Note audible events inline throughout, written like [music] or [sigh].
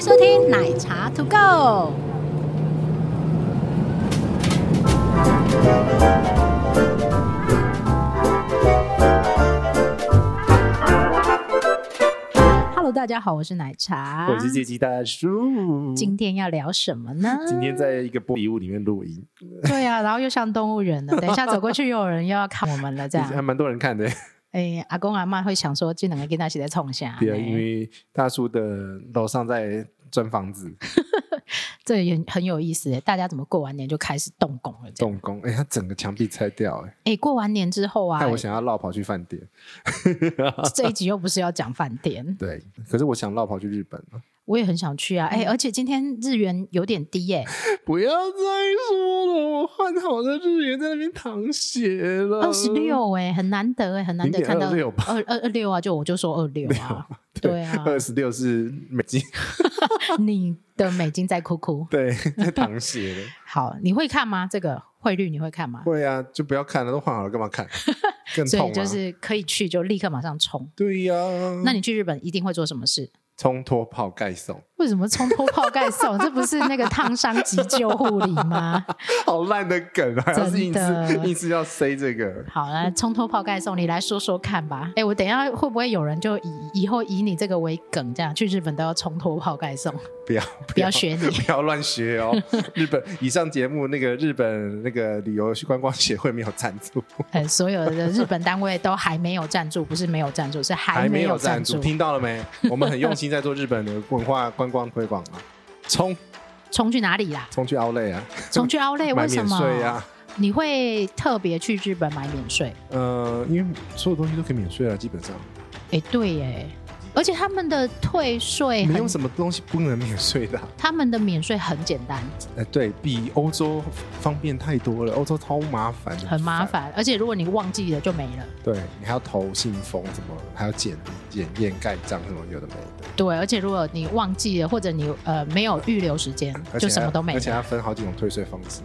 收听奶茶 To Go。Hello，大家好，我是奶茶，我是借机大叔。今天要聊什么呢？今天在一个玻璃屋里面录音，对啊，然后又像动物园 [laughs] 了，等一下走过去又有人又要看我们了，这样。还蛮多人看的。哎、阿公阿妈会想说，这两个跟他一起在冲下。哎对啊，因为大叔的楼上在钻房子这也很有意思耶，哎大家怎么过完年就开始动工了？这样，动工，哎、他整个墙壁拆掉、哎，哎、过完年之后啊害，我想要绕跑去饭店。 [laughs] 这一集又不是要讲饭店，对，可是我想绕跑去日本了。我也很想去啊。哎、而且今天日元有点低耶、不要再说了，我换好的日元在那边淌血了，二十。六哎，很难得哎、很难得看到0.26吧二二二六啊，就我就说二六啊，对啊，二十六是美金， [laughs] [laughs] 你的美金在哭哭。对，在淌血 [laughs] 了。好，你会看吗？这个汇率你会看吗？会啊，就不要看了，都换好了，干嘛看？[laughs] 更所痛以啊！就是可以去就立刻马上冲。对呀、那你去日本一定会做什么事？冲脱泡盖送，为什么冲脱泡盖送？这不是那个烫伤急救护理吗？好烂的梗啊！要是硬真是的硬是要塞这个，好来冲脱泡盖送，你来说说看吧。哎，我等一下会不会有人就以以后以你这个为梗，这样去日本都要冲脱泡盖送？不要不要学你 [laughs] 不要乱学哦！ [laughs] 日本以上节目那个日本那个旅游观光协会没有赞助，呃，所有的日本单位都还没有赞助，不是没有赞助，是还没没有赞赞助。听到了 [laughs] 没？我们很用心在做日本的文化观光推广啊！冲冲去哪里 [laughs] 啦？冲去奥莱啊，冲去 Outlet 哎买为什免么？税啊！你会特别去日本买免税？呃，因为所有东西都可以免税啊了，基本上哎，对耶，而且他们的退税没哎很有，什么东西不能免税的啊。他们的免税很简单，哎，对比欧洲方便太多了，欧洲超麻烦，很麻。烦，而且如果你忘记了就没了。对你还要投信封，什么还要检检验盖章什么有的没的，对，而且如果你忘记了，或者你呃没有预留时间，而且就什么还都没而且还了。要分好几种退税方式，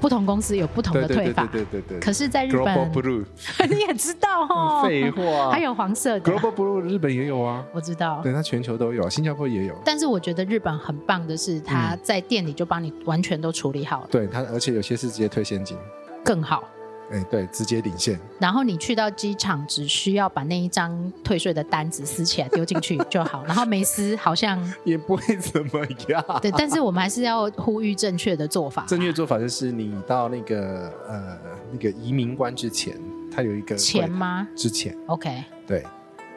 不同公司有不同对的对退对法对，对对对。可是，在日本 Global Blue， [laughs] 你也知道 [laughs] 哦，废 [laughs] 话，还有黄色的， Global Blue 日本也有啊，我知道。对，它全球都有，新加坡也有，但是我觉得日本很棒的是，嗯他在店里就帮你完全都处理好了，对它，而且有些是直接退现金，更好。哎，对，直接领现，然后你去到机场，只需要把那一张退税的单子撕起来丢进去就好。然后没撕，好像也不会怎么样。对，但是我们还是要呼吁正确的做法。正确做法就是你到那个呃那个移民官之前，它有一个钱吗之前， ？OK，对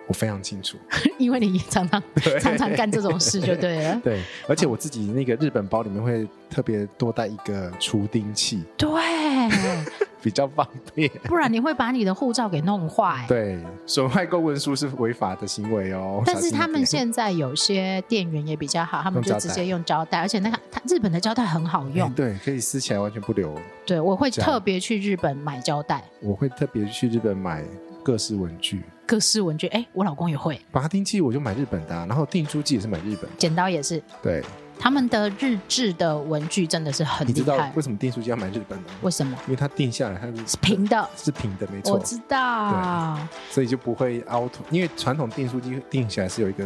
我非常清楚。因为你常 [laughs] 常常常干这种事就对了。对，而且我自己那个日本包里面会特别多带一个除钉器，对，比较方便。不然你会把你的护照给弄坏。对， [laughs] 损坏公文书是违法的行为哦。但小是心一他们点现在有些店员也比较好，他们用就胶直带接用胶带，而且那个它日本的胶带很好哎用。对，可以撕起来完全不留。对，我会这样特别去日本买胶带，我会特别去日本买各式文具，各式文具。哎，我老公也会，拔钉器我就买日本的啊、然后订书机也是买日本的。剪刀也是。对，他们的日制的文具真的是很你厉知道害为，什么订书机要买日本的吗？为什么？因为它定下来它是是平的，是平的，没我错，知道。所以就不会凹凸。因为传统订书机定起来是有一个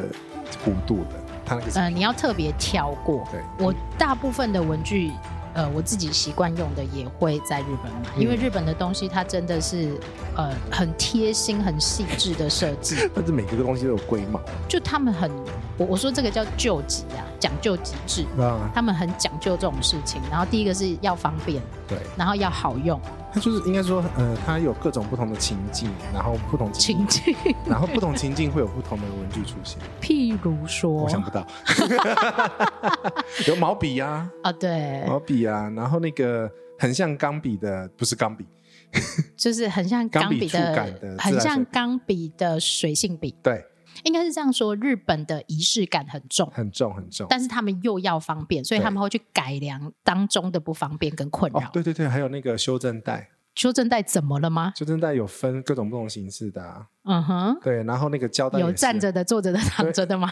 弧度的，它那个是呃，你要特别挑过。对我大部分的文具，呃，我自己习惯用的也会在日本买，嗯因为日本的东西它真的是呃很贴心、很细致的设 [laughs] 计，但是每个东西都有龟毛就他们很，我我说这个叫救急啊，讲究极致。啊。他们很讲究这种事情，然后第一个是要方便，对，然后要好用，它就是应该说，呃，它有各种不同的情境，然后不同情，情境，[laughs] 然后不同情境会有不同的文具出现。譬如说我，想不到， [laughs] 有毛笔呀、啊，对，毛笔呀、然后那个很像钢笔的，不是钢笔，就是很像钢笔钢笔触的感的自，啊然很像水钢笔的水性笔，对，应该是这样说。日本的仪式感很重，很重很重。但是他们又要方便，所以对他们会去改良当中的不方便跟困哦扰，。对对对，还有那个修正带，修正带怎么了吗？修正带有分各种不同形式的、啊，嗯哼，对，然后那个胶带也有是站，着的、坐着的、躺着的吗？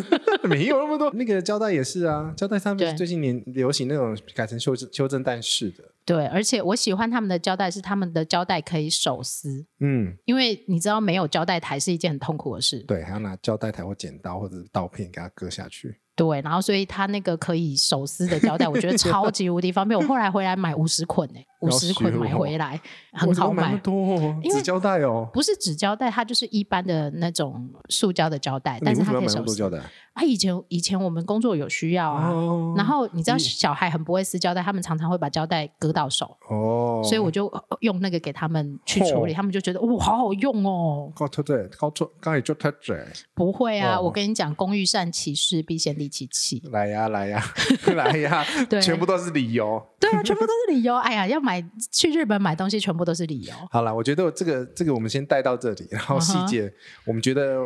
[laughs] 没有那么多，那个胶带也是啊，胶带上对面最近年流行那种改成修正修正带式的，对，而且我喜欢他们的胶带是他们的胶带可以手撕，嗯，因为你知道没有胶带台是一件很痛苦的事。对，还要拿胶带台或剪刀或者是刀片给它割下去。对，然后所以他那个可以手撕的胶带，我觉得超级无敌方 [laughs] 便。我后来回来买五十捆诶、五十捆买回来很哇怎么好买那买么，多哦因为纸胶带哦。不是纸胶带，它就是一般的那种塑胶的胶带，那但你是为什它可么要以买那手么多撕胶。带？啊，以前以前我们工作有需要啊，哦然后你知道你小孩很不会撕胶带，他们常常会把胶带割到手，哦，所以我就呃用那个给他们去处理，哦他们就觉得哇、好好用哦。高车队高车刚才就他嘴不会啊，哦我跟你讲，工欲善其事，必先利其器。来呀来呀 [laughs] 来呀， [laughs] 对全部都是理由。对啊，全部都是理由。哎呀，要买去日本买东西，全部都是理由。好了，我觉得这个这个我们先带到这里，然嗯后细节我们觉得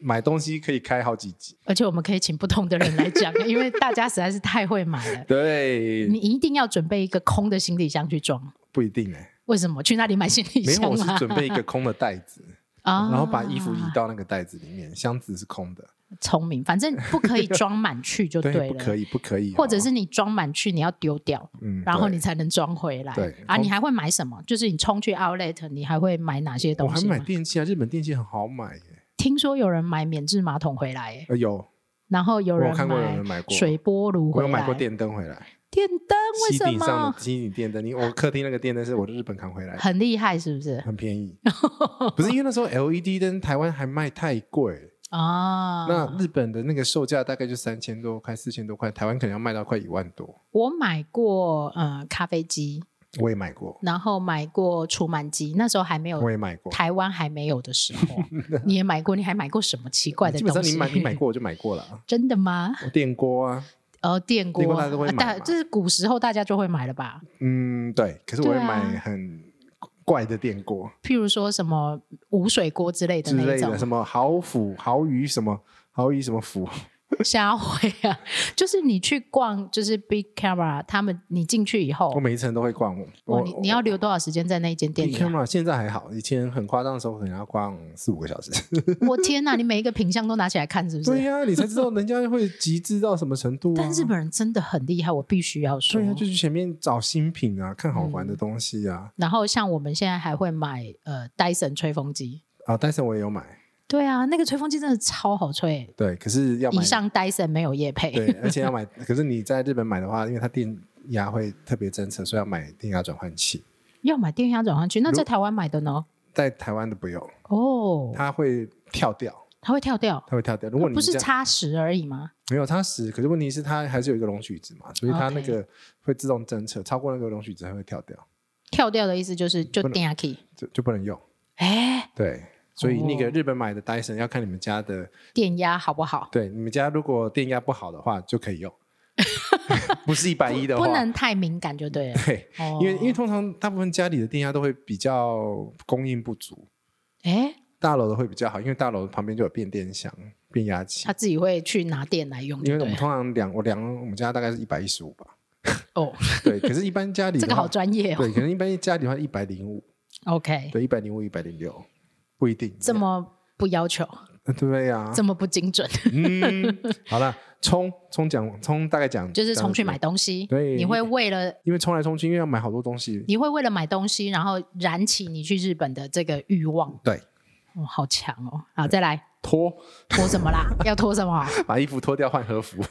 买东西可以开好几集。而且我们可以请不同的人来讲， [laughs] 因为大家实在是太会买 [laughs] 嗯了。对你，一定要准备一个空的行李箱去装。不一定哎，为什么去那里买行李没箱、有，啊？我是准备一个空的袋子，啊，然后把衣服移到那个袋子里面，箱子是空的。聪明，反正不 [laughs] 可以装满去就了。不可以，不可以哦，或者是你装满去，你要丢掉，嗯，然后对你才能装回来。对啊，通你还会买什么？就是你冲去 Outlet，你还会买哪些我东还西买吗？电器啊，日本电器很好买耶，听说有人买免治马桶回来、欸，呃有，然后有我有人看过有人买过水波炉我回有来，买过电灯回来，电灯，为吸什顶上么的吸顶电灯，你我客厅那个电灯是我日本扛回 [laughs] 来的，很厉害？是不是很 [laughs] 便宜，不是因为那时候 LED 灯台湾还卖太贵，啊？那日本的那个售价大概就三千多块、四千多块，台湾可能要卖到快一万多，我买过呃咖啡机，我也买过，然后买过除螨机，那时候还没有我也买过，台湾还没有的时候， [laughs] 你也买过，你还买过什么奇怪的基本东上西？你买你买过我就买过了啊，真的吗？我电锅啊，哦，电锅，电锅大家都会啊买大嘛这是古时候大家就会买了吧？嗯对，可是我会对啊买很怪的电锅。譬如说什么无水锅之类的之那一类种的，，什么豪府、豪鱼什么豪鱼什么府，哦瞎会啊！ [laughs] 就是你去逛，就是 Big Camera，他们你进去以我后，每一层都会逛。我哇，哦你你要留多少时间在那一间店 Big 里、啊？ camera 现在还好，以前很夸张的时候可能要逛四五个小时。我天哪，你每一个品相都拿起来看， [laughs] 是不对是？呀、你才知道人家会极致到什么程度、啊。啊 [laughs] 但日本人真的很厉害，我必须要说嗯对。呀、啊就去前面找新品啊，看好玩的东西啊。然后像我们现在还会买呃 Dyson 吹风机，啊，戴森我也有买，对啊，那个吹风机真的超好吹。对，可是要买以上 Dyson 没有业 [laughs] 对配，，而且要买。可是你在日本买的话，因为它电压会特别侦测，所以要买电压转换器。要买电压转换器，那如在台湾买的呢？在台湾的不用，哦，它会跳掉，它会跳掉，它会跳掉。如果你不是这样差十而已吗？没有，它十，可是问题是它还是有一个容许值嘛，所以它那个会自动侦测，超过那个容许值它会跳掉，跳掉的意思就是就不能电压 key，就就不能用。哎，对，所以那个哦日本买的 Dyson 要看你们家的，电压好不好？对，你们家如果电压不好的话就可以用， [laughs] 不是一百一的话，不能太敏感就对了。对，哦， [laughs] 因为因为通常大部分家里的电压都会比较供应不足，哎，大楼的会比较好，因为大楼旁边就有变电箱、变压器他。自己会去拿电来用，因对为不我们啊对？通常量我量我们家大概是一百一十五吧，哦，对，可是一般家里这的个好话专业哦。对，可能一般家里的话一百零五， OK，对，一百零五、一百零六，不一定这么不要求，啊对呀、这么不精准，嗯，好了，冲冲讲冲大概讲就是从去买，这样子东西，对你会为了因为冲来冲去，因为要买好多东西，你会为了买东西，然后燃起你去日本的这个欲望。对，哦，好强哦！好，再来脱脱什么啦？ [laughs] 要脱什么把衣服脱掉换和服，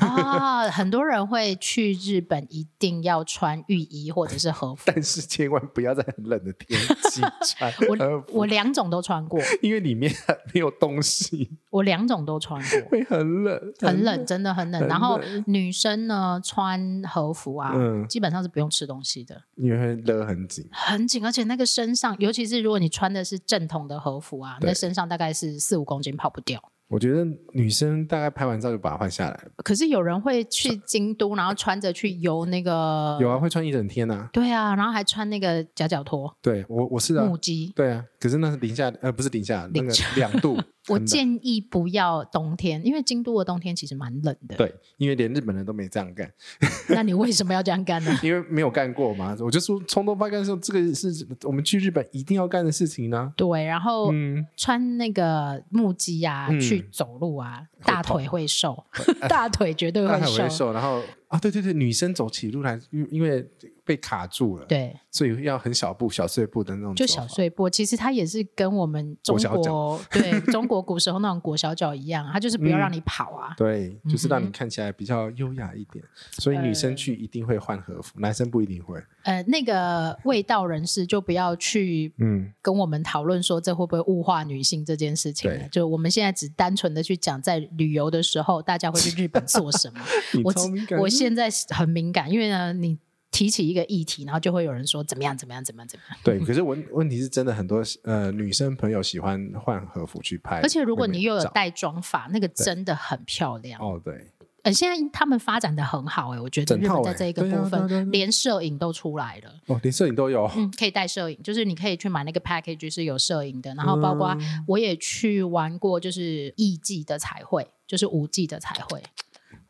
啊、很多人会去日本，一定要穿浴衣或者是和 [laughs] 服。但是千万不要在很冷的天气穿 [laughs] 和我服，我两种都穿过，因为里面没有东西， [laughs] 我两种都穿过，会 [laughs] 很冷，很冷，。真的很冷。很然后冷女生呢穿和服啊，嗯基本上是不用吃东西的，因为会勒很紧，很紧，而且那个身上，尤其是如果你穿的是正统的和服啊，对那身上大概是四五公斤跑不掉。我觉得女生大概拍完照就把它换下来了。可是有人会去京都，然后穿着嗯去游那个，有啊，会穿一整天啊。对啊，然后还穿那个夹脚拖、对我我是啊，木屐。对啊，可是那是零下，呃，不是零下，那零个下。两度 [laughs] 我很冷建议不要冬天，因为京都的冬天其实蛮冷的。对，因为连日本人都没这样干， [laughs] 那你为什么要这样干 [laughs] 呢？因为没有干过嘛。我就说冲动发干的时候，这个是我们去日本一定要干的事情呢、对，然后嗯，穿那个木屐啊，嗯去走路啊，会大腿会 [laughs] 瘦，大腿绝对大会腿瘦。会瘦，然后啊，对对对，女生走起路来，因因为被卡住了，，对，所以要很小步、小碎步的那种就走法小碎步，其实它也是跟我们中裹小国对中国古时候那种裹小脚一样，啊它就是不要嗯让你跑啊。对，就是让嗯你哼看起来比较优雅一点，所以呃女生去一定会换和服，男生不一定会。呃，那个味道人士就不要去嗯，跟我们讨论说这会不会物化女性这件事情了对。就我们现在只单纯的去讲，在旅游的时候大家会去日本做什么。 [laughs] 你我超敏只感我现在很敏感，因为呢，你提起一个议题，然后就会有人说怎么样怎么样怎么样怎么样。对，可是问问题是真的很多呃女生朋友喜欢换和服去拍，而且如果你又有照带妆发，那个真的很漂亮。哦，对，呃，现在他们发展的很好哎、我觉得整日本套在欸这一个对啊部分，对啊对啊对啊连摄影都出来了。哦，连摄影都有，嗯， [clears throat] 可以带摄影，就是你可以去买那个 package 是有摄影的，然后包括嗯我也去玩过，就是艺伎的彩绘，就是舞伎的彩绘，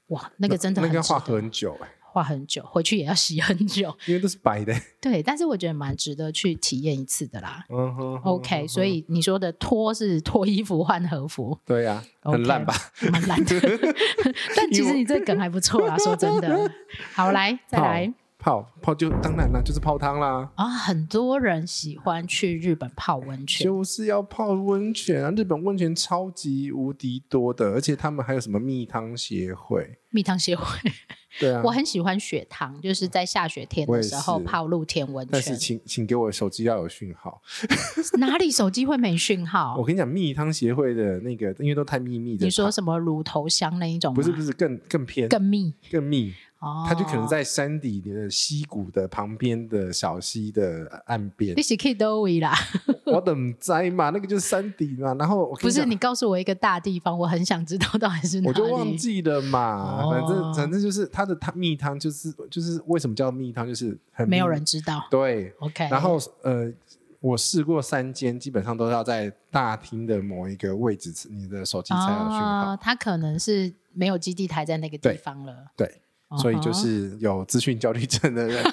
哇，那个真的那很个要值画得很久哎，画很久，回去也要洗很久。 [laughs] 因为都是白的。对，但是我觉得蛮值得去体验一次的啦。嗯哼 [laughs] OK，所以你说的脱是脱衣服换和服，对呀，很烂吧？蛮懒的。 [laughs] 但其因为实我你这个梗还不错 [laughs] 啦，说真的。好，来再来泡泡就当然啦，就是泡汤啦，啊！很多人喜欢去日本泡温泉，就是要泡温泉啊！日本温泉超级无敌多的，而且他们还有什么蜜汤协会？蜜汤协会。对啊，我很喜欢雪汤，就是在下雪天我的也时候是泡露天温但泉是。请请给我手机要有讯号。 [laughs] 哪里手机会没讯号我？跟你讲，蜜汤协会的那个，因为都太秘密的，你说什么乳头香那一种吗？不是不是更更偏更密更密，哦，它就可能在山底的溪谷的旁边的小溪的岸边你，是 K 都位 [laughs] 啦， [laughs] 我等灾嘛，那个就是山底嘛。然后我跟不是讲你告诉我一个大地方，我很想知道到底是哪我里。就忘记了嘛，哦反正反正就是它的汤蜜汤就是就是为什么叫蜜汤，就是很没有密人知道。对。 OK，然后呃，我试过三间，基本上都要在大厅的某一个位置，你的手机才有讯号。哦，他可能是没有基地台在那个地方了，对，嗯哼所以就。是有资讯焦虑症 [laughs] 的人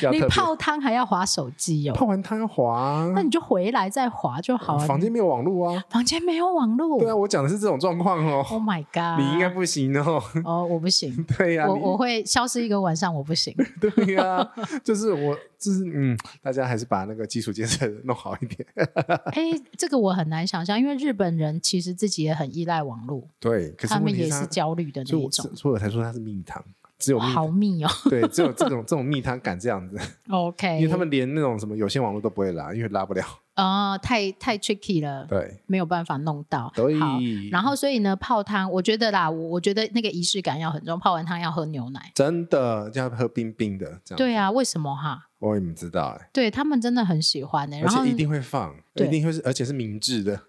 要你特别泡汤还要划手机哦，泡完汤要滑啊那，你就回来再划就好了。房间没有网络啊。房间没有网络，对啊，我讲的是这种状况 o 哦， h my god！你应该不行哦。 [laughs] 哦，我不行，对呀，我啊你我会消失一个晚上，我不行。 [laughs] 对呀、就是我，就是嗯，大家还是把那个基础建设弄好一点。哎，这个我很难想象，因为日本人其实自己也很依赖网络，对，可是他问们题也它是焦虑的那所以一我种，所以我才说它是蜜糖，只有蜜好糖，密哦。对，只有这种这种蜜糖敢这样子， OK，因为他们连那种什么有线网络都不会拉，因为拉不了。 [laughs] 啊，太太 tricky 了，对，没有办法弄到。所好以然后所以呢，泡汤，我觉得啦，我我觉得那个仪式感要很重，泡完汤要喝牛奶。真的要喝冰冰的这样，对啊，为什么哈？我也不知道哎、对他们真的很喜欢呢、而然后且一定会放，对一定会是，而且是明制的，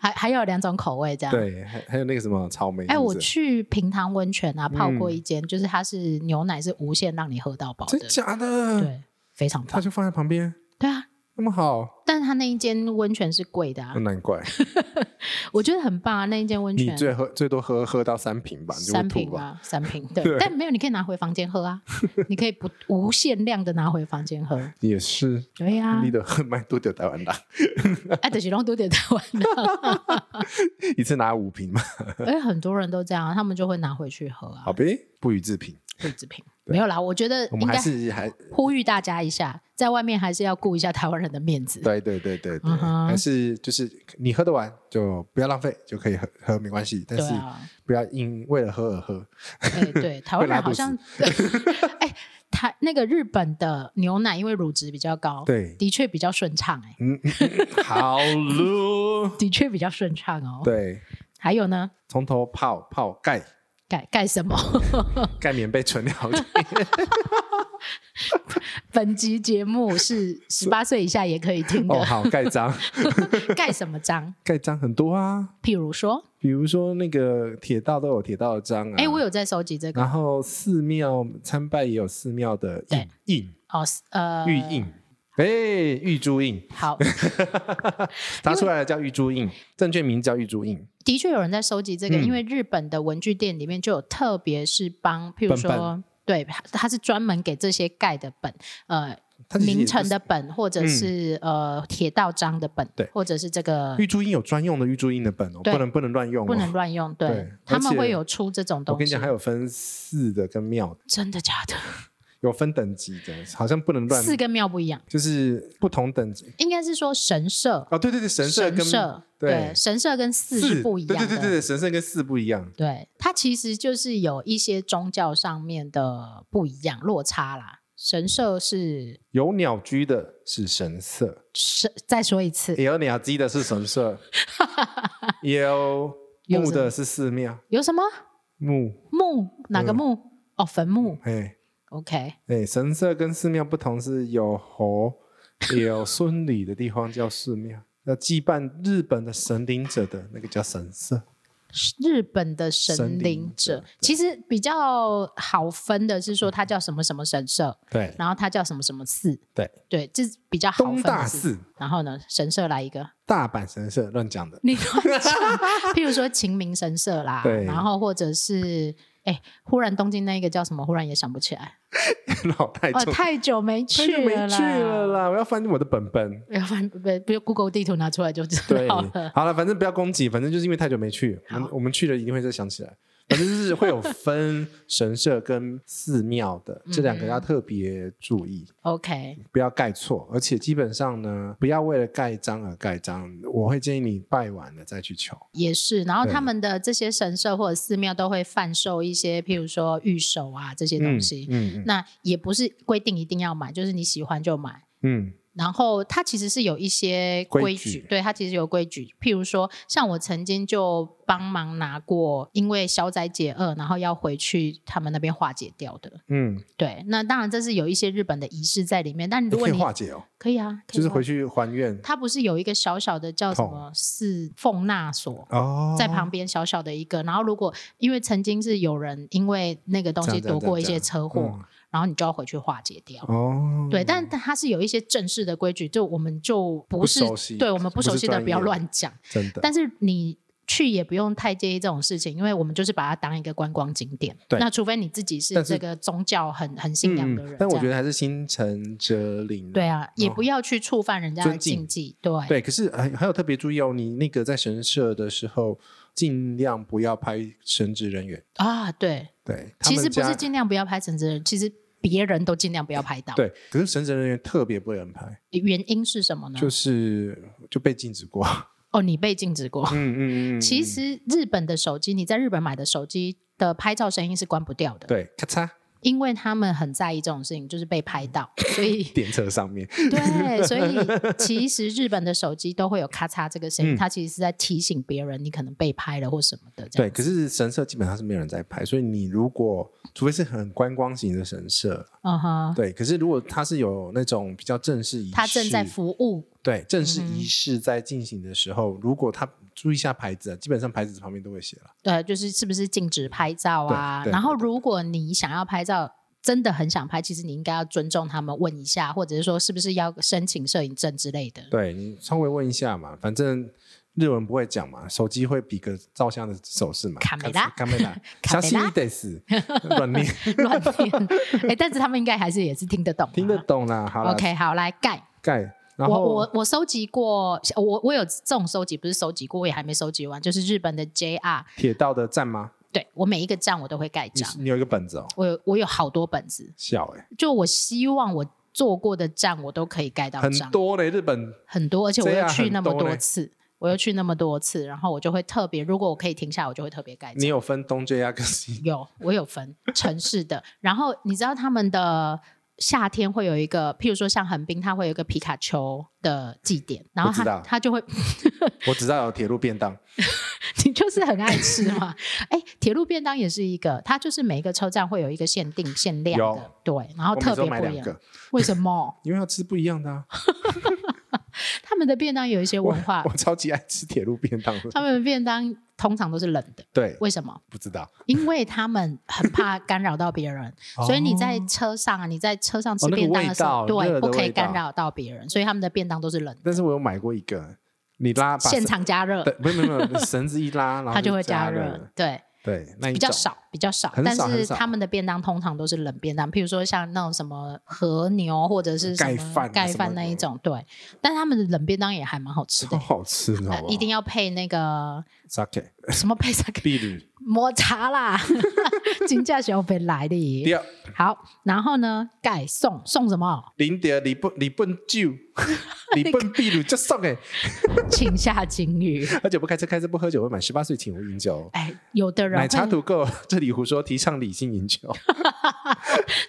还还有两种口味这样。。对，还还有那个什么草莓，哎，是不我是去平塘温泉啊，泡过嗯一间，就是它是牛奶是无限让你喝到饱的真，假的，对，非常嗯他棒。就放在旁边，对啊，那么好，但是它那一间温泉是贵的啊那，难怪。我觉得很棒啊，那一间温嗯你泉。最喝最多喝喝到三瓶吧，你就会三吐瓶吧。啊，三 [laughs] 瓶对，对但没有，你可以拿回房间喝啊，你可以不无限量的拿回房间喝，也是，对呀、你的喝蛮多的 [laughs] 台湾啦，哎，德西龙都点台湾的，一次拿五瓶嘛， [laughs] 因为很多人都这样啊，他们就会拿回去喝啊好，呗，不予置评。配置瓶。没有啦，我觉得我应们还该嗯是还呼吁大家一下，在外面还是要顾一下台湾人的面子。对对对对对，嗯哼还是就是你喝得完就不要浪费，就可以喝喝没关系，但对是啊，不要因为了喝而喝。哎 [laughs] 对，台湾人好像 [laughs] 哎，台那个日本的牛奶因为乳值比较高，对，的确比较顺畅哎、 [laughs] 嗯，嗯嗯好喽，的确比较顺畅哦。对，还有呢，从头泡泡盖盖盖什么？ [laughs] 盖棉被纯聊天，本集节目 [laughs] 是十八岁以下也可以听哦，的。好盖章， [laughs] 盖什么章？盖章很多啊，譬如说，比如说那个铁道都有铁道的章啊，哎、我有在收集这个然后寺庙参拜也有寺庙的对印印哦，是呃，玉印，哎、玉珠印，好，它出来的叫玉珠印，证券名叫玉珠印。的确有人在收集这个，嗯因为日本的文具店里面就有，特别是帮，譬如说。本本对，它是专门给这些盖的本，呃，它其实也名不城是嗯的本，或者是、呃铁道章的本，对或者是这个玉珠印有专用的玉珠印的本哦，对不能不能乱用、哦，不能。乱用，对对他们而且会有出这种我东跟你西讲，还。有分寺的跟庙的，真的假的？有分等级的，好像不能乱，寺跟庙不一样，就是不同等级。应该是说神社，哦，对对对，神社跟神社对神社跟寺是不一样的。对对对对，神社跟寺不一样。对，它其实就是有一些宗教上面的不一样落差啦。神社是有鸟居的是神社，神，再说一次，也有鸟居的是神 [laughs] 社，也有有木什么的是寺庙有什么木，墓？哪嗯个墓？哦，坟墓。哎 OK，哎，神社跟寺庙不同是有猴，也有孙礼的地方叫寺庙。要祭拜日本的神灵者的那个叫神社，日本的神神灵灵者者对其实比较好分的是说，它叫什么什么神社，对然后它叫什么什么寺。对对，这是比较好分东的大是。寺、然后呢，神社来一个，大阪神社乱讲的， [laughs] 你乱讲 [laughs] 譬如说秦明神社啦，对然后或者是哎，忽然东京那一个叫什么，忽然也想不起来，脑袋哦，中太久没太去久没了啦，去了啦！我要翻我的本本。要 [laughs] 不然不不不 Google 地图拿出来就知对，道了。好了，反正不要攻击，反正就是因为太久没去，我好们我们去了一定会再想起来。反正就是会有分神社跟寺庙的这两个要特别注意， OK，不要盖错。而且基本上呢，不要为了盖章而盖章。我会建议你拜完了再去求。也是。然后对他们的这些神社或者寺庙都会贩售一些，譬如说玉手啊这些东西。嗯嗯那也不是规定一定要买，就是你喜欢就买。嗯然后它其实是有一些规规矩对它其实有规矩。譬如说，像我曾经就帮忙拿过，因为消灾解厄，然后要回去他们那边化解掉的。嗯，对，那当然这是有一些日本的仪式在里面，但你如果可以你化解哦，可以啊，可以就是化回去还愿它不是有一个小小的叫什么是奉纳所，哦，在旁边小小的一个。然后如果因为曾经是有人因为那个东西这样躲过一这些样车祸，然后你就要回去化解掉。嗯哦，对，但它是有一些正式的规矩，就我们就不是不熟悉对我们不熟悉不的是专业不要乱讲。真的，但是你去也不用太介意这种事情，因为我们就是把它当一个观光景点。对那除非你自己是但是嗯这个宗教很很信仰的人，但我觉得得还是心诚则灵啊。对啊，也不哦要去触犯人家的尊敬禁忌。对，对，可是还还有特别注意哦，你那个在神社的时候，尽量不要拍神职人员。啊，对，对，他其们实不家是尽量不要拍成这人，其实别人都尽量不要拍到。对，可是神职人员特别不能拍，原因是什么呢？就是就被禁止 [laughs] 过。哦，你被禁止过。嗯嗯嗯，其嗯实日本的手机，你在日本买的手机的拍照声音是关不掉的，对，咔嚓因为他们很在意这种事情，就是被拍到，嗯所 [laughs] 以电车上面，对，所以其实日本的手机都会有咔嚓这个声音，嗯它其实是在提醒别人你可能被拍了或什么的。这对，样可是神社基本上是没有人在拍，所以你如果除非是很观光型的神社，嗯哼，对，可是如果它是有那种比较正式仪式，他正在服务，对，正式嗯哼仪式在进行的时候，如果他注意一下牌子啊，基本上牌子旁边都会写了。对，就是是不是禁止拍照啊？对对然后对对如果你想要拍照，真的很想拍，其实你应该要尊重他们，问一下，或者是说是不是要申请摄影证之类的。对你稍微问一下嘛，反正日文不会讲嘛，手机会比个照相的手势嘛。卡梅拉卡梅拉， [laughs] 卡小梅心拉一点死，乱念，乱念， [laughs] 哎、但是他们应该还是也是听得懂啊，听得懂啦。好 [laughs] 了 OK，好，来盖。盖，然我后我我收集过，我我有这种收集，不是收集过，我也还没收集完，就是日本的 JR，铁道的站吗？对我每一个站我都会盖你章，你有一个本子哦，我有我有好多本子，笑哎、就我希望我坐过的站我都可以盖到章很，多嘞，日本很多，而且我这又样去很那么多多嘞次，我又去那么多次，然后我就会特别，如果我可以停下来，我就会特别盖你章。有分东 JR 跟西，有，我有分城市的，然后你知道他们的。夏天会有一个，譬如说像横滨，它会有一个皮卡丘的祭典，然后我知它道它就会， [laughs] 我只知道有铁路便当，哦你就是很爱吃 [laughs] 嘛。哎，铁路便当也是一个，它就是每一个车站会有一个限定限量有的，对，然后我每特次别都买不一两样。个，为什么因为要吃不一样的啊。他们的便当有一些我文化我？超级爱吃铁路便当的，他们的便当通常都是冷的，对，为什么？不知道，因为他们很怕干扰到别 [laughs] 人，所以你在车上啊，你在车上吃哦哦那个便当的时候，味道热对，的不可以味道干扰到别人，所以他们的便当都是冷的，但是我有买过一个，你拉把现场加热对，，不是没有没有，绳子一拉，然后它就会加加热了，。对，对，那一比较种少，比较少，很但少是很少他们的便当通常都是冷便当，譬如说像那种什么和牛或者是什么盖饭啊盖什饭么的那一种，对，但他们的冷便当也还蛮好吃超的。好吃，你知道哦呃吗？ [laughs] 一定要配那个要 sake 什么配什么碧绿 [laughs] 抹茶 [laughs] 啦，金价小北来的。第二，好，然后呢，盖送送什 [laughs] 么？零点日本日本 [laughs] 酒，日本秘鲁就送哎，请下金鱼。而且不开车，开车不喝酒，未满十八岁请勿饮酒。哎，有的人奶茶会土购，这里胡说，提倡理性 [laughs] 饮酒。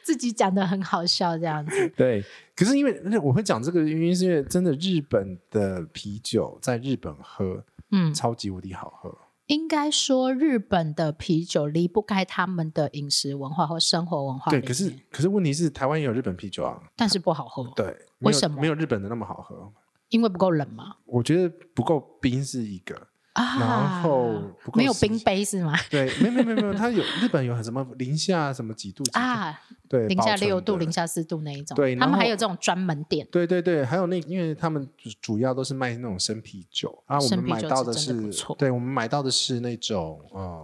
自己讲的很好笑这样子。对，可是因为那我会讲这个原因，是因为真的日本的啤酒在日本喝嗯，超级无敌好喝。应该说日本的啤酒离不开他们的饮食文化或生活文化里对，面。可是可是问题是台湾也有日本啤酒啊，但是不好喝，对，没为有什么没有日本的那么好喝？因为不够冷嘛。我觉得不够冰是一个，啊，然后不够没有时冰杯是 [laughs] 吗？对，没没没没有，它有日本有什么零下什么几度几度，啊，对，零下保存六度、的零下四度那一种，对他们然后还有这种专门店。对对对，还有那，因为他们主主要都是卖那种生啤酒啊，我生们啤酒买到是是真的不，错对我们买到的是那种呃，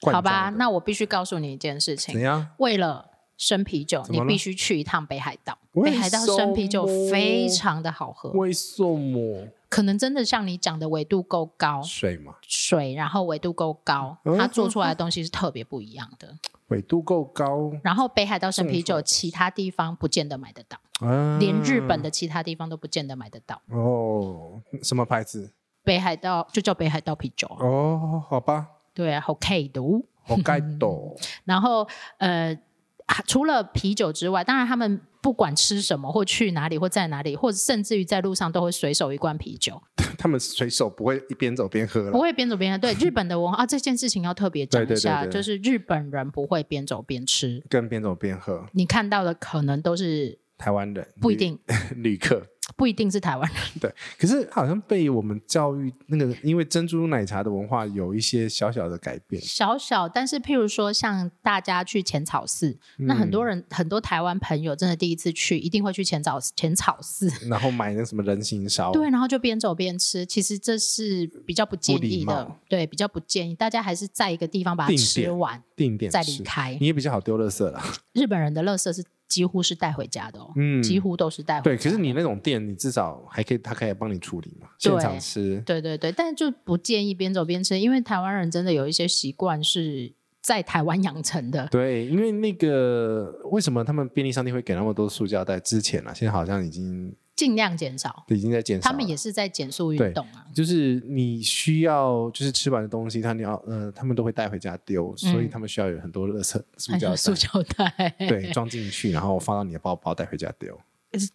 罐好装吧，的那我必须告诉你一件事怎情，样？为了。生啤酒，怎你么了必须去一趟北海道。为北海道生啤酒什么非常的好喝，为什么可能真的像你讲的纬度够高，水嘛？水然后纬度够高，嗯它做出来的东西是特别不一样的。纬度够高，然后北海道生啤送出酒，其他地方不见得买得到，啊、连日本的其他地方都不见得买得到。哦，什么牌子？北海道就叫北海道啤酒啊，哦，好吧，对啊，好 K 毒。我 [laughs] 该懂。然后呃，啊除了啤酒之外，当然他们不管吃什么或去哪里或在哪里，或者甚至于在路上都会随手一罐啤酒，他们随手不会一边走边喝不了，会边走边喝。对日本的文化啊，这件事情要特别讲一下， [laughs] 对对对对就是日本人不会边走边吃，跟边走边喝。你看到的可能都是台湾人不一定，旅旅客， [clears throat] 不一定是台湾人。 [laughs] 可是好像被我们教育那个，因为珍珠奶茶的文化有一些小小的改变。小小，但是譬如说像大家去浅草寺，嗯那很多人很多台湾朋友真的第一次去，一定会去浅草浅草寺。然后买那什么人形烧，对，然后就边走边吃，其实这是比较不建不礼议的貌，对，比较不建议，大家还是在一个地方把它定吃点完定点再离吃，开。你也比较好丢垃圾了。日本人的垃圾是几乎是带回家的哦，嗯，几乎都是带回对。家可是你那种店，你至少还可以，他可以帮你处理嘛，对现场吃。对对对，但就不建议边走边吃，因为台湾人真的有一些习惯是在台湾养成的，对，因为那个为什么他们便利商店会给那么多塑胶袋？之前啊，现在好像已经尽量减少。已经在减少他了。们也是在减速对运动啊，就是你需要，就是吃完的东西，他你要呃，他们都会带回家丢，所嗯以他们需要有很多垃圾 [laughs] 塑还胶有塑袋，胶袋。 [laughs] 对，装进去，然后放到你的包包带回家丢。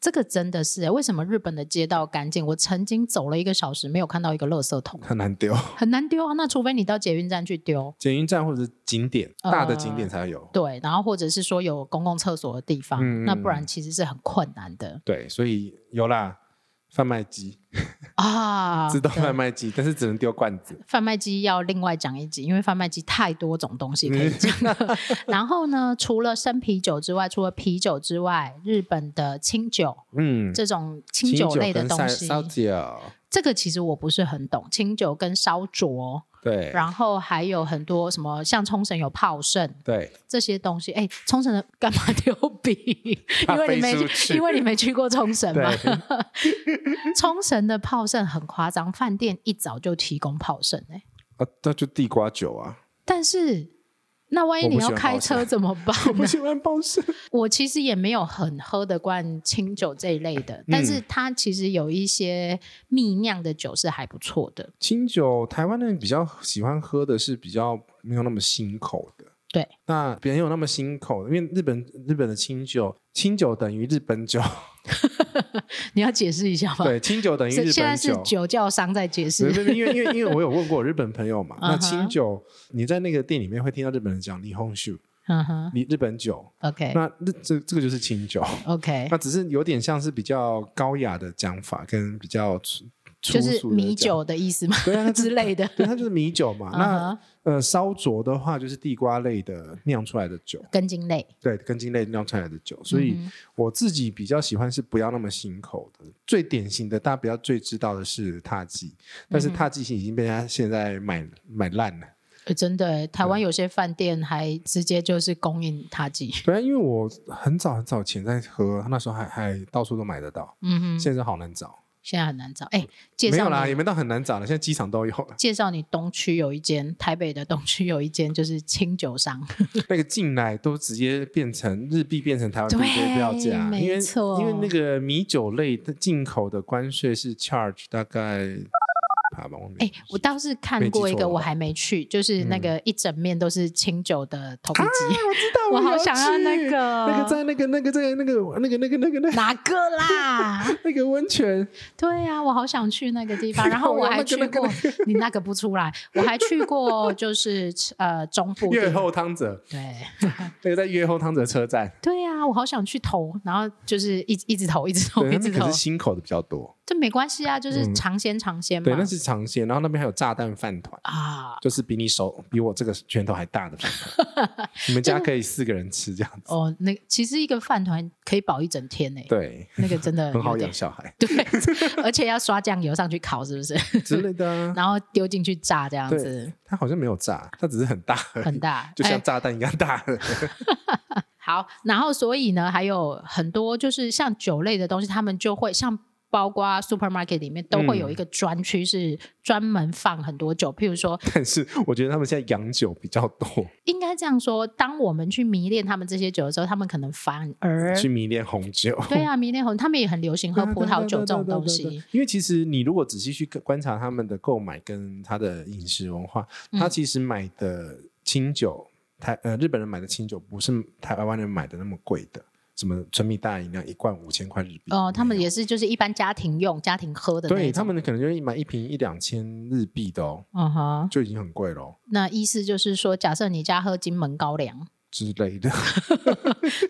这个真的是欸为什么日本的街道干净？我曾经走了一个小时，没有看到一个垃圾桶。很难丢。 [laughs] 很难丢啊。那除非你到捷运站去丢，捷运站或者是景点，呃大的景点才有。对，然后或者是说有公共厕所的地方，嗯那不然其实是很困难的对，所以有啦，贩卖机，啊。自动对贩卖机，但是只能丢罐子。贩卖机要另外讲一集，因为贩卖机太多种东西可以讲嗯 [laughs] 了。 [laughs] 然后呢，除了生啤酒之外，除了啤酒之外，日本的清酒嗯，这种清酒类的跟东烧西，烧酒，这个其实我不是很懂。清酒跟烧灼，对然后还有很多什么，像冲绳有泡盛，对，这些东西，哎、冲绳的干嘛丢笔？怕因为你没飞出去因为你没去过冲绳嘛。对 [laughs] 冲绳的泡盛很夸张，饭店一早就提供泡盛哎、啊，那就地瓜酒啊。但是那万一我你不喜要欢开车怎么办 [laughs] 我不呢？喜欢包式，我其实也没有很喝得惯清酒这一类嗯的，但是它其实有一些蜜酿的酒是还不错的。 [laughs] 清酒，台湾人比较喜欢喝的是比较没有那么辛口的。对，那别人有那么辛口，因为日本日本的清酒，清酒等于日本酒，你要解释一下吗？ [laughs] 对，清酒等于这日现在本是酒。酒窖商在解不释是不是因为因为因为我有问过日本朋 [laughs] 友嘛，嗯哼那清酒你在那个店里面会听到日本人讲霓虹酒，嗯哼你日本酒， ，OK 那日这这个就是清酒， OK，那只是有点像是比较高雅的讲法，跟比较粗粗就是俗的米讲法，酒的意思吗？对啊，那之类的。对它就是米酒嘛。那嗯哼呃烧灼的话，就是地瓜类的酿出来的酒，根茎类，对，根茎类酿出来的酒，所以嗯哼我自己比较喜欢是不要那么辛口的。最典型的，大家比较最知道的是踏迹，但嗯是踏迹已经被人家现在买买烂了。呃真的欸，台湾有些饭店还直接就是供应他剂。对啊，因为我很早很早前在喝，那时候还还到处都买得到，嗯哼，现在好难找。现在很难找。哎、介没有绍啦，也你。没到很难找了，现在机场都有了 [laughs] 介绍你东区有一间，台北的东区有一间就是清酒商， [laughs] 那个进来都直接变成日币变成台湾币对的票价，没因为错因为那个米酒类的进口的关税是 charge 大概，啊，忘了哎、我倒是看没过记一错个，的我话还没去，就是那嗯个一整面都是清酒的投币机，我知 [laughs] 道，我好有想要那啊去个那个在那个那个在那个那个那个那个那个哪个啦？ [laughs] 那个温泉，对啊，我好想去那个地方。然后我还去过，你那个不出来，我还去过就是呃中部地越后汤泽，对那个在越后汤泽车站， [laughs] 对啊，我好想去投，然后就是一一直投，一直投，对，一那直边投可是，新口的比较多，这没关系啊，就是嗯尝鲜尝鲜嘛对，那是尝鲜，然后那边还有炸弹饭团。啊。就是比你手比我这个拳头还大的饭 [laughs] 团，你们家可以四个人吃这样子，哦，那其实一个饭团可以饱一整天呢、对，那个真的 [laughs] 很好有点养小孩对， [laughs] 而且要刷酱油上去烤，是不是？之类的啊。 [laughs] 然后丢进去炸这样对子，它好像没有炸，它只是很大而已，很大，就哎像炸弹一样大。好，然后所以呢，还有很多就是像酒类的东西，他们就会像包括 supermarket 里面都会嗯有一个专区是专门放很多酒，譬如说， [laughs] 但是我觉得他们现在洋酒比较多，应该这样说，当我们去迷恋他们这些酒的时候，他们可能反而去迷恋红酒。对啊，迷恋红，他们也很流行喝葡萄酒这种东啊对。对啊对对西对，对因为其实你如果仔细去观察他们的购买跟他的饮食文化，嗯他其实买的清酒，台呃日本人买的清酒不是台湾人买的那么贵的，什么纯米大饮料一罐五千块日币。哦、他们没有也是就是一般家庭用、家庭喝的那对一种他，们可能就买一瓶一两千日币的哦，嗯哼，就已经很贵了哦那意思就是说，假设你家喝金门高粱，之类的。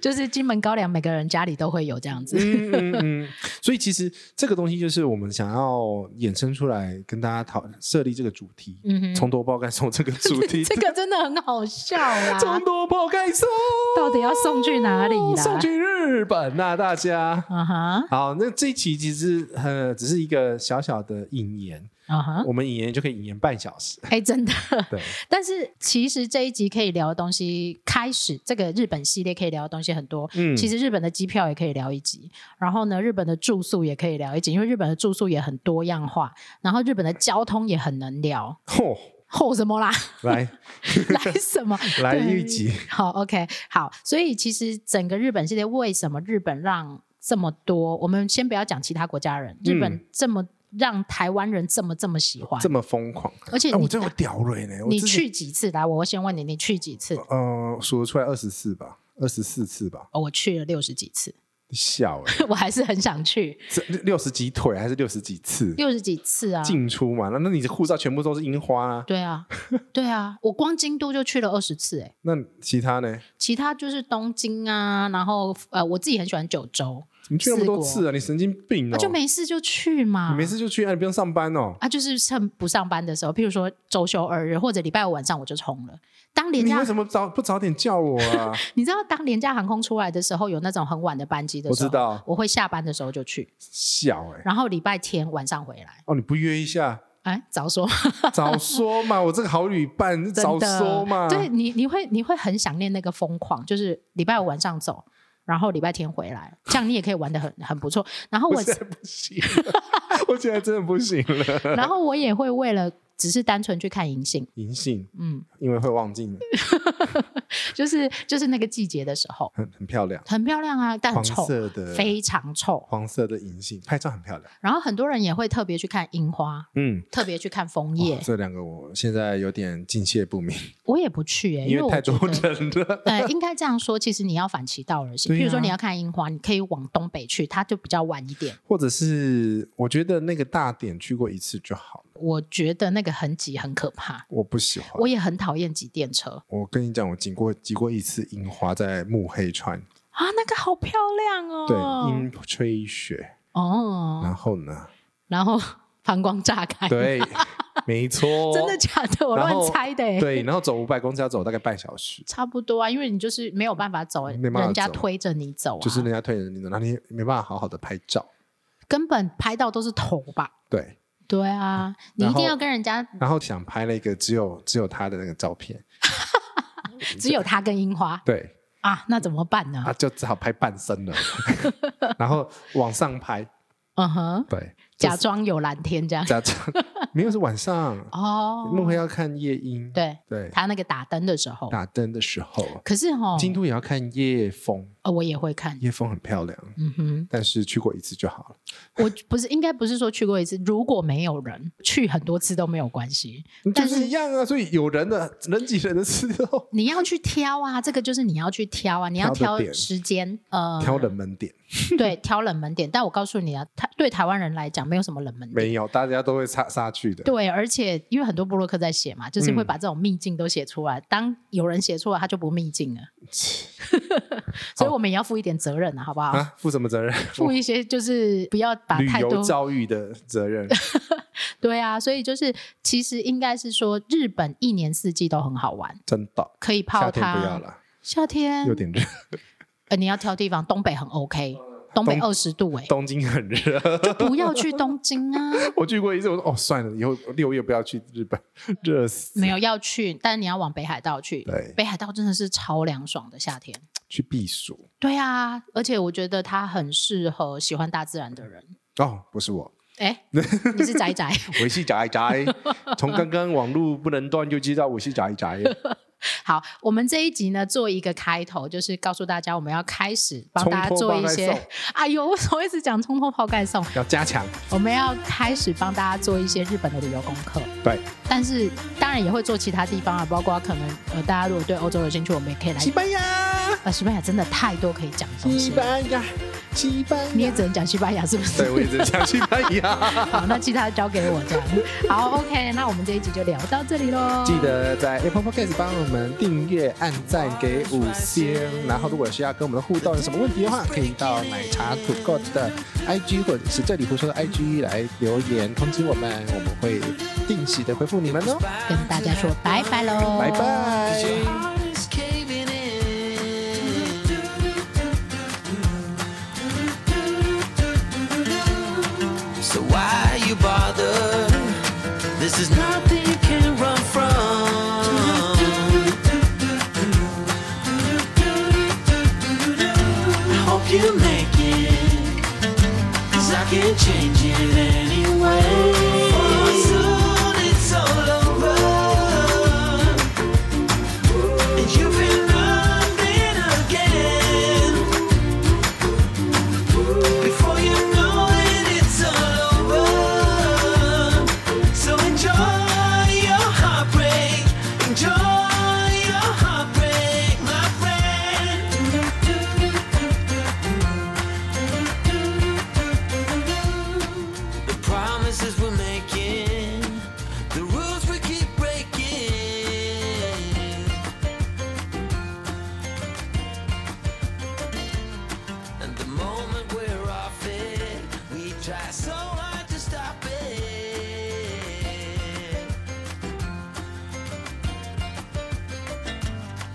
就是金门高粱，每个人家里都会有这样子，嗯嗯嗯， [laughs] 所以其实这个东西就是我们想要衍生出来跟大家讨设立这个主题，嗯哼，从头爆干送这个主题，这个真的很好笑啦，从头爆干送，到底要送去哪里啦？送去日本呐、大家。啊哈好，那这一期其实呃只是一个小小的引言，啊哈。我们引言就可以引言半小时。 [laughs] 哎、真的，对， [laughs] 但是其实这一集可以聊的东西，开始这个日本系列可以聊的东西很多。嗯，其实日本的机票也可以聊一集，然后呢，日本的住宿也可以聊一集，因为日本的住宿也很多样化，然后日本的交通也很能聊。 [laughs] 嚯、吼什 [laughs] 么啦？哦来来什么？来对一集，好，OK，好，所以其实整个日本系列，为什么日本让这么多？我们先不要讲其他国家人，日本这么、让台湾人这么这么喜欢嗯这，么疯狂，而且哎、你、我真的有屌蕊呢！我你之前去几次？来，我先问你，你去几次？呃数得出来二十四吧，二十四次吧，哦，我去了六十几次， [laughs] 笑哎、我还是很想去这六十几腿还是六十几次六十几次啊！进出嘛？那那你的护照全部都是樱花啊？对啊，对啊，我光京都就去了二十次、哎，那其他呢？其他就是东京啊，然后呃，我自己很喜欢九州，你去那么多次啊？你神经病那、哦！就没事就去嘛，你没事就去，啊，你不用上班哦。啊，就是趁不上班的时候，譬如说周休二日或者礼拜五晚上，我就冲了。当廉你价为，什么早不早点叫我 [laughs] 啊？你知道，当廉价航空出来的时候，有那种很晚的班机的我时候，知道，我会下班的时候就去，笑哎、然后礼拜天晚上回来。哦，你不约一下，哎，早说，早说 [laughs] 嘛！我这个好旅伴，真早的，说嘛！对，你，你会你会很想念那个疯狂，就是礼拜五晚上走，然后礼拜天回来，这样你也可以玩的很很不错。然后我我现在不行了， [laughs] 我现在真的不行 [laughs] 了。然后我也会为了只是单纯去看银杏，银杏，嗯，因为会忘记你，就是就是那个季节的时候，很很漂亮，很漂亮啊，但很黄臭，色的，非常臭。黄色的银杏，拍照很漂亮。然后很多人也会特别去看樱花，嗯，特别去看枫哇叶。哦这两个我现在有点境界不明，我也不去耶、因为为我太多觉得。人了。呃，应该这样说，其实你要反其道而行。对啊比如说你要看樱花，你可以往东北去，它就比较晚一点。或者是我觉得那个大点去过一次就好了，我觉得那个很挤，很可怕。我不喜欢。我我也很讨厌挤电车跟你讲，我经过挤过一次樱花在慕黑川，啊，那个好漂亮对，哦。樱吹雪，然哦，后呢，然后膀胱炸开，对， [laughs] 没错，哦 [laughs] 哦真的假的？我然后乱猜的、欸。对，然后走五百公尺要走大概半小时，差不多啊，因为你就是没有办法走，嗯没办法人家走推着你走啊，就是人家推着你走，然后你没办法好好的拍照，根本拍到都是头吧。对，对啊，你一然定要后跟人家然后想拍了一个只有只有他的那个照片，只有他跟樱花对，啊，那怎么办呢 [laughs] 他？就只好拍半身了，然后往上拍，嗯哼，对，假装有蓝天这样。假装没有是晚上， [laughs] 哦，梦回要看夜莺，对对，他那个打灯的时候，嗯打灯的时候，可是哦，京都也要看夜风，呃我也会看。夜风很漂亮，嗯哼，但是去过一次就好了。我不是应该不是说去过一次，如果没有人去很多次都没有关系。就但是一样啊，所以有人的人挤人的时候，你要去挑啊，这个就是你要去挑啊，你要挑的挑点时间，呃，挑冷门点对，挑冷门点。但我告诉你啊，台对台湾人来讲，没有什么冷门点。没有，大家都会杀杀去的。对，而且因为很多布洛克在写嘛，嗯就是会把这种秘境都写出来。当有人写错了，他就不秘境了，所以我们也要负一点责任啊，好不好？啊，负什么责任？负一些就是不要把旅太多游教育的 [laughs] 责任。对啊，所以就是其实应该是说，日本一年四季都很好玩，真的，可以泡夏天不要汤。了，夏天有点热。呃，你要挑地方，东北很 OK，东北二十度哎、呃 [laughs] 东京很热， [laughs] 就不要去东京啊，我去过一次，我说哦算了，以后六月不要去日 [laughs] 本，热死。没有要去，但你要往北海道去对，北海道真的是超凉爽的夏天。去避暑对啊，而且我觉得它很适合喜欢大自然的人。哦，不是我， [laughs] 哎，你是宅 [laughs] 宅，我是宅 [laughs] 宅，从刚刚网络不能断就知道我是宅宅。好，我们这一集呢做一个开头，就是告诉大家我们要开始帮冲大家脱做包一盖送些。 [laughs] 哎呦，为什么一直讲冲脱泡盖送？要加强，我们要开始帮大家做一些日本的旅游功课。对，但是当然也会做其他地方啊，包括可能呃，大家如果对欧洲有兴趣，我们也可以来西。班牙，呃，西班牙真的太多可以讲的东西西，班牙，西班你也牙。只能讲西班牙，是不是？对，我一直讲西班 [laughs] 牙。 [laughs] 好，那其他交给我这样。好，OK，那我们这一集就聊到这里喽。记得在 Apple Podcast 帮我们订阅、按赞、给五星。然后，如果有需要跟我们的互动，有什么问题的话，可以到奶茶土狗的 IG 或者是这里胡说的 IG 来留言通知我们，我们会定期的回复你们哦。跟大家说拜拜喽，拜。拜。 Heart caving in. So why you bother? This is nothing you can run from. I hope you make it. Cause I can't change it anyway. Soon it's all over. And you've been running again. Before you know it, it's all over. So enjoy your heartbreak. Enjoy your heartbreak, my friend. The promises we're making, the rules we keep breaking. And the moment we're off it, we try so hard to stop it.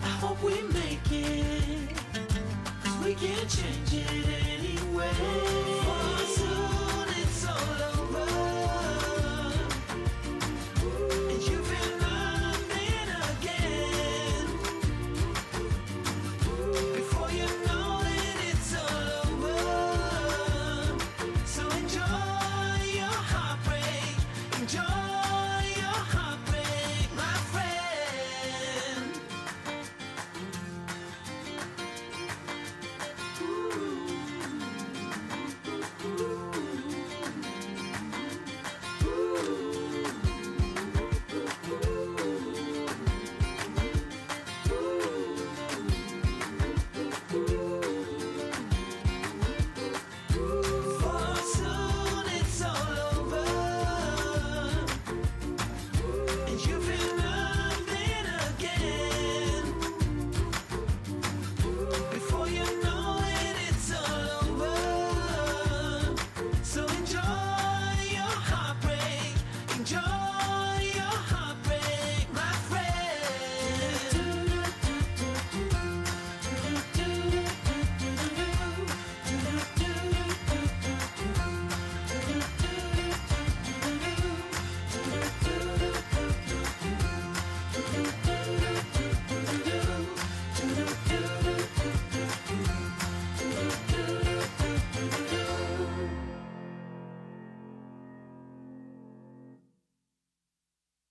I hope we make it. 'Cause we can't change it anyway.